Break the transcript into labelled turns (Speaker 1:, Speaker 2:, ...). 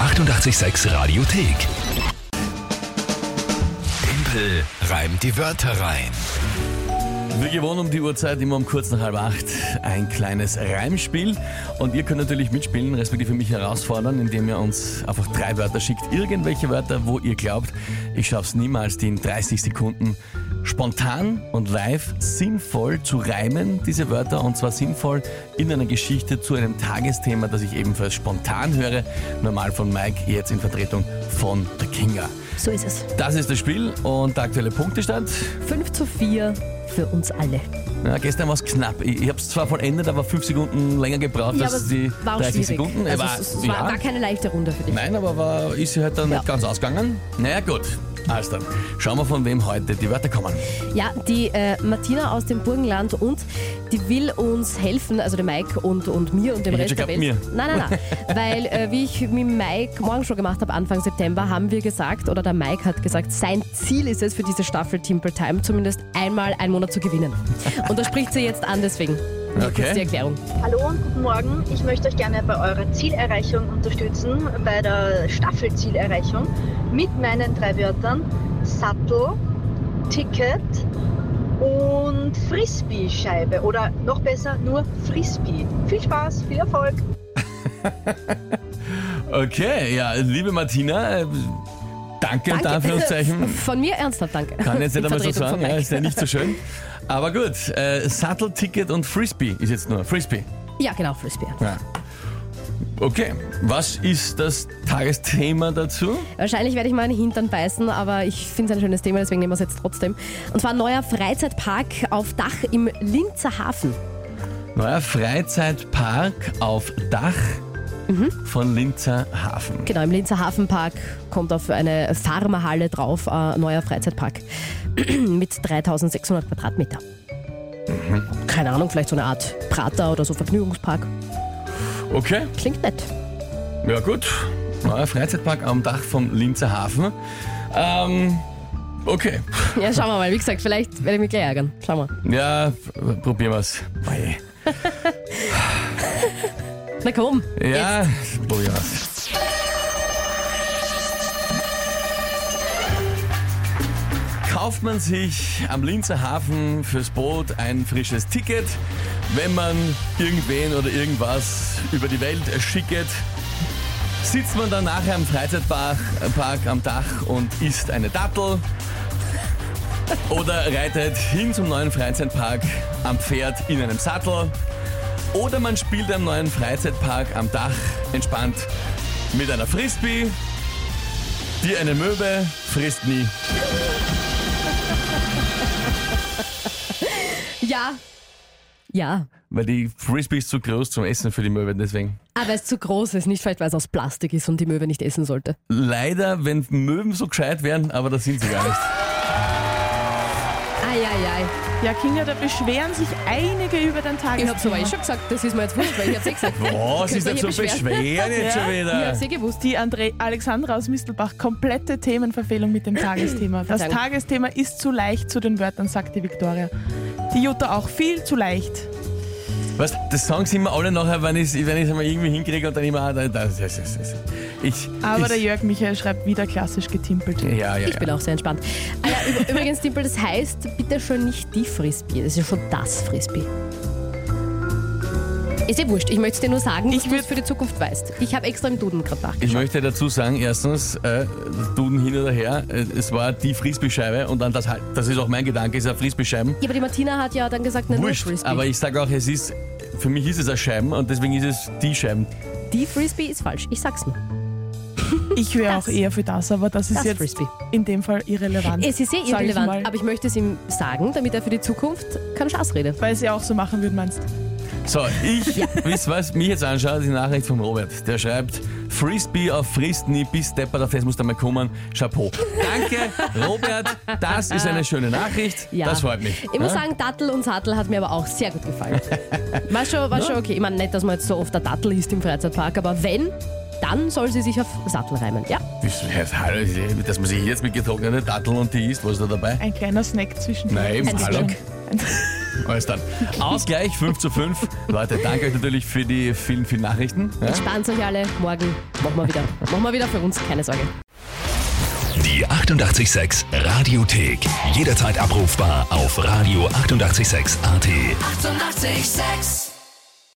Speaker 1: 886 Radiothek. Tempel reimt die Wörter rein.
Speaker 2: Wir gewonnen um die Uhrzeit immer um kurz nach halb acht ein kleines Reimspiel. Und ihr könnt natürlich mitspielen, respektive mich herausfordern, indem ihr uns einfach drei Wörter schickt. Irgendwelche Wörter, wo ihr glaubt, ich schaffe es niemals, die in 30 Sekunden spontan und live sinnvoll zu reimen, diese Wörter. Und zwar sinnvoll in einer Geschichte zu einem Tagesthema, das ich ebenfalls spontan höre. Normal von Mike, jetzt in Vertretung von der Kinga.
Speaker 3: So ist es.
Speaker 2: Das ist das Spiel und der aktuelle Punktestand.
Speaker 3: 5 zu 4 für uns alle.
Speaker 2: Ja, gestern war es knapp. Ich, ich habe es zwar vollendet, aber fünf Sekunden länger gebraucht als die 30 Sekunden.
Speaker 3: Also
Speaker 2: war,
Speaker 3: es es
Speaker 2: ja.
Speaker 3: war, war keine leichte Runde für dich.
Speaker 2: Nein, aber war, ist sie halt dann
Speaker 3: Ja.
Speaker 2: nicht ganz ausgegangen. Naja, gut. Also dann, schauen wir, von wem heute die Wörter kommen.
Speaker 3: Ja, die äh, Martina aus dem Burgenland und die will uns helfen, also dem Mike und, und mir und dem
Speaker 2: Ich
Speaker 3: Rest
Speaker 2: hätte
Speaker 3: der Welt.
Speaker 2: schon
Speaker 3: Nein, nein, nein. Weil, äh, wie ich mit Mike morgen schon gemacht habe, Anfang September, haben wir gesagt, oder der Mike hat gesagt, sein Ziel ist es für diese Staffel Timber Time zumindest einmal einen Monat zu gewinnen. Und das spricht sie jetzt an, deswegen. Hier
Speaker 2: Okay.
Speaker 3: kurz die Erklärung.
Speaker 4: Hallo und guten Morgen. Ich möchte euch gerne bei eurer Zielerreichung unterstützen, bei der Staffelzielerreichung, mit meinen drei Wörtern Sattel, Ticket und Frisbee-Scheibe. Oder noch besser, nur Frisbee. Viel Spaß, viel Erfolg.
Speaker 2: Okay, ja, liebe Martina, äh, danke, danke. in Anführungszeichen.
Speaker 3: Von mir ernsthaft danke.
Speaker 2: Kann jetzt nicht
Speaker 3: In
Speaker 2: einmal so
Speaker 3: Vertretung von
Speaker 2: sagen, ja,
Speaker 3: Mike.
Speaker 2: ist ja nicht so schön. Aber gut, äh, Sattelticket und Frisbee ist jetzt nur Frisbee.
Speaker 3: Ja, genau, Frisbee.
Speaker 2: Ja. Okay, was ist das Tagesthema dazu?
Speaker 3: Wahrscheinlich werde ich meinen Hintern beißen, aber ich finde es ein schönes Thema, deswegen nehmen wir es jetzt trotzdem. Und zwar ein neuer Freizeitpark auf Dach im Linzer Hafen.
Speaker 2: Neuer Freizeitpark auf Dach von Linzer Hafen.
Speaker 3: Genau, im Linzer Hafenpark kommt auf eine Farmerhalle drauf, äh, ein neuer Freizeitpark mit 3600 Quadratmeter. Keine Ahnung, vielleicht so eine Art Prater oder so Vergnügungspark.
Speaker 2: Okay,
Speaker 3: Klingt nett.
Speaker 2: ja gut. Neuer Freizeitpark am Dach vom Linzer Hafen. Ähm, okay.
Speaker 3: Ja, schauen wir mal. Wie gesagt, vielleicht werde ich mich gleich ärgern. Schauen wir.
Speaker 2: Ja, f- probieren wir's. Oje.
Speaker 3: Na komm.
Speaker 2: Ja, probieren wir's. Kauft man sich am Linzer Hafen fürs Boot ein frisches Ticket, wenn man irgendwen oder irgendwas über die Welt schicket, sitzt man dann nachher am Freizeitpark Park am Dach und isst eine Dattel oder reitet hin zum neuen Freizeitpark am Pferd in einem Sattel. Oder man spielt am neuen Freizeitpark am Dach entspannt mit einer Frisbee. Die eine Möwe frisst nie.
Speaker 3: Ja. Ja.
Speaker 2: Weil die Frisbee ist zu groß zum Essen für die Möwe, deswegen.
Speaker 3: Aber es ist zu groß, ist nicht vielleicht, weil es aus Plastik ist und die Möwe nicht essen sollte.
Speaker 2: Leider, wenn Möwen so gescheit wären, aber das sind sie gar nicht.
Speaker 3: Eieiei.
Speaker 5: Ja, Kinga, da beschweren sich einige über den Tag.
Speaker 3: Ich hab's aber eh schon gesagt, das ist mir jetzt wurscht, weil ich hab's eh gesagt.
Speaker 2: Was Oh, ist denn zu beschweren jetzt schon
Speaker 3: Ich
Speaker 2: wieder?
Speaker 3: hab's eh gewusst.
Speaker 5: Die Andre Alexandra aus Mistelbach, komplette Themenverfehlung mit dem Tagesthema. Das
Speaker 3: Verzeihung.
Speaker 5: Tagesthema ist zu leicht zu den Wörtern, sagt die Viktoria. Die Jutta auch viel zu leicht.
Speaker 2: Was, das sagen sie immer alle nachher, wenn ich es wenn ich's einmal irgendwie hinkriege und dann immer. ah, da- Das, das, das, das. Ich,
Speaker 5: Aber
Speaker 2: ich,
Speaker 5: der Jörg Michael schreibt wieder klassisch getimpelt.
Speaker 2: ja, ja, ja.
Speaker 3: Ich bin auch sehr entspannt. Ah ja, üb- übrigens, Timpel, das heißt bitte schon nicht die Frisbee, das ist ja schon das Frisbee. Ist eh wurscht, ich möchte dir nur sagen, dass
Speaker 5: Ich
Speaker 3: du
Speaker 5: würd-
Speaker 3: es für die Zukunft weißt. Ich habe extra im Duden gerade nachgeschaut.
Speaker 2: Ich möchte dazu sagen, erstens, äh, Duden hin oder her, äh, es war die Frisbeescheibe und dann das halt, das ist auch mein Gedanke, ist ja Frisbeescheiben.
Speaker 3: Ja, aber die Martina hat ja dann gesagt, nein, nur
Speaker 2: Wurscht,
Speaker 3: Frisbee.
Speaker 2: aber ich sage auch, es ist, für mich ist es ein Scheiben und deswegen ist es die Scheiben.
Speaker 3: die Frisbee ist falsch, ich sag's nur.
Speaker 5: Ich wäre
Speaker 3: Das-
Speaker 5: auch eher für das, aber das ist
Speaker 3: das
Speaker 5: jetzt
Speaker 3: Frisbee.
Speaker 5: in dem Fall irrelevant.
Speaker 3: Es ist eh
Speaker 5: sag ich
Speaker 3: irrelevant,
Speaker 5: mal.
Speaker 3: aber ich möchte es ihm sagen, damit er für die Zukunft keinen Schaß redet.
Speaker 5: Weil sie auch so machen würden, meinst du?
Speaker 2: So, ich, wisst was mich jetzt anschaut, die Nachricht von Robert. Der schreibt, Frisbee auf frisst nie, bis Deppert auf das muss dann mal kommen. Chapeau. Danke, Robert, das ist eine schöne Nachricht.
Speaker 3: Ja.
Speaker 2: Das freut mich.
Speaker 3: Ich muss
Speaker 2: Ja?
Speaker 3: sagen, Dattel und Sattel hat mir aber auch sehr gut gefallen. War schon, war schon okay. Ich meine, nicht, dass man jetzt so oft der Dattel ist im Freizeitpark, aber wenn, dann soll sie sich auf Sattel reimen. Ja,
Speaker 2: Das- hallo, Dass man sich jetzt mit getrockneten Datteln und die isst, was ist da dabei?
Speaker 5: Ein kleiner Snack zwischen.
Speaker 2: Nein,
Speaker 3: ein
Speaker 2: hallo.
Speaker 3: Snack.
Speaker 2: Alles dann. Ausgleich 5 zu 5. Leute, danke euch natürlich für die vielen, vielen Nachrichten. Ja?
Speaker 3: Spannt euch alle. Morgen machen wir wieder. Machen wir wieder für uns. Keine Sorge.
Speaker 1: Die 886 Radiothek. Jederzeit abrufbar auf radio886.at. 886!
Speaker 6: 886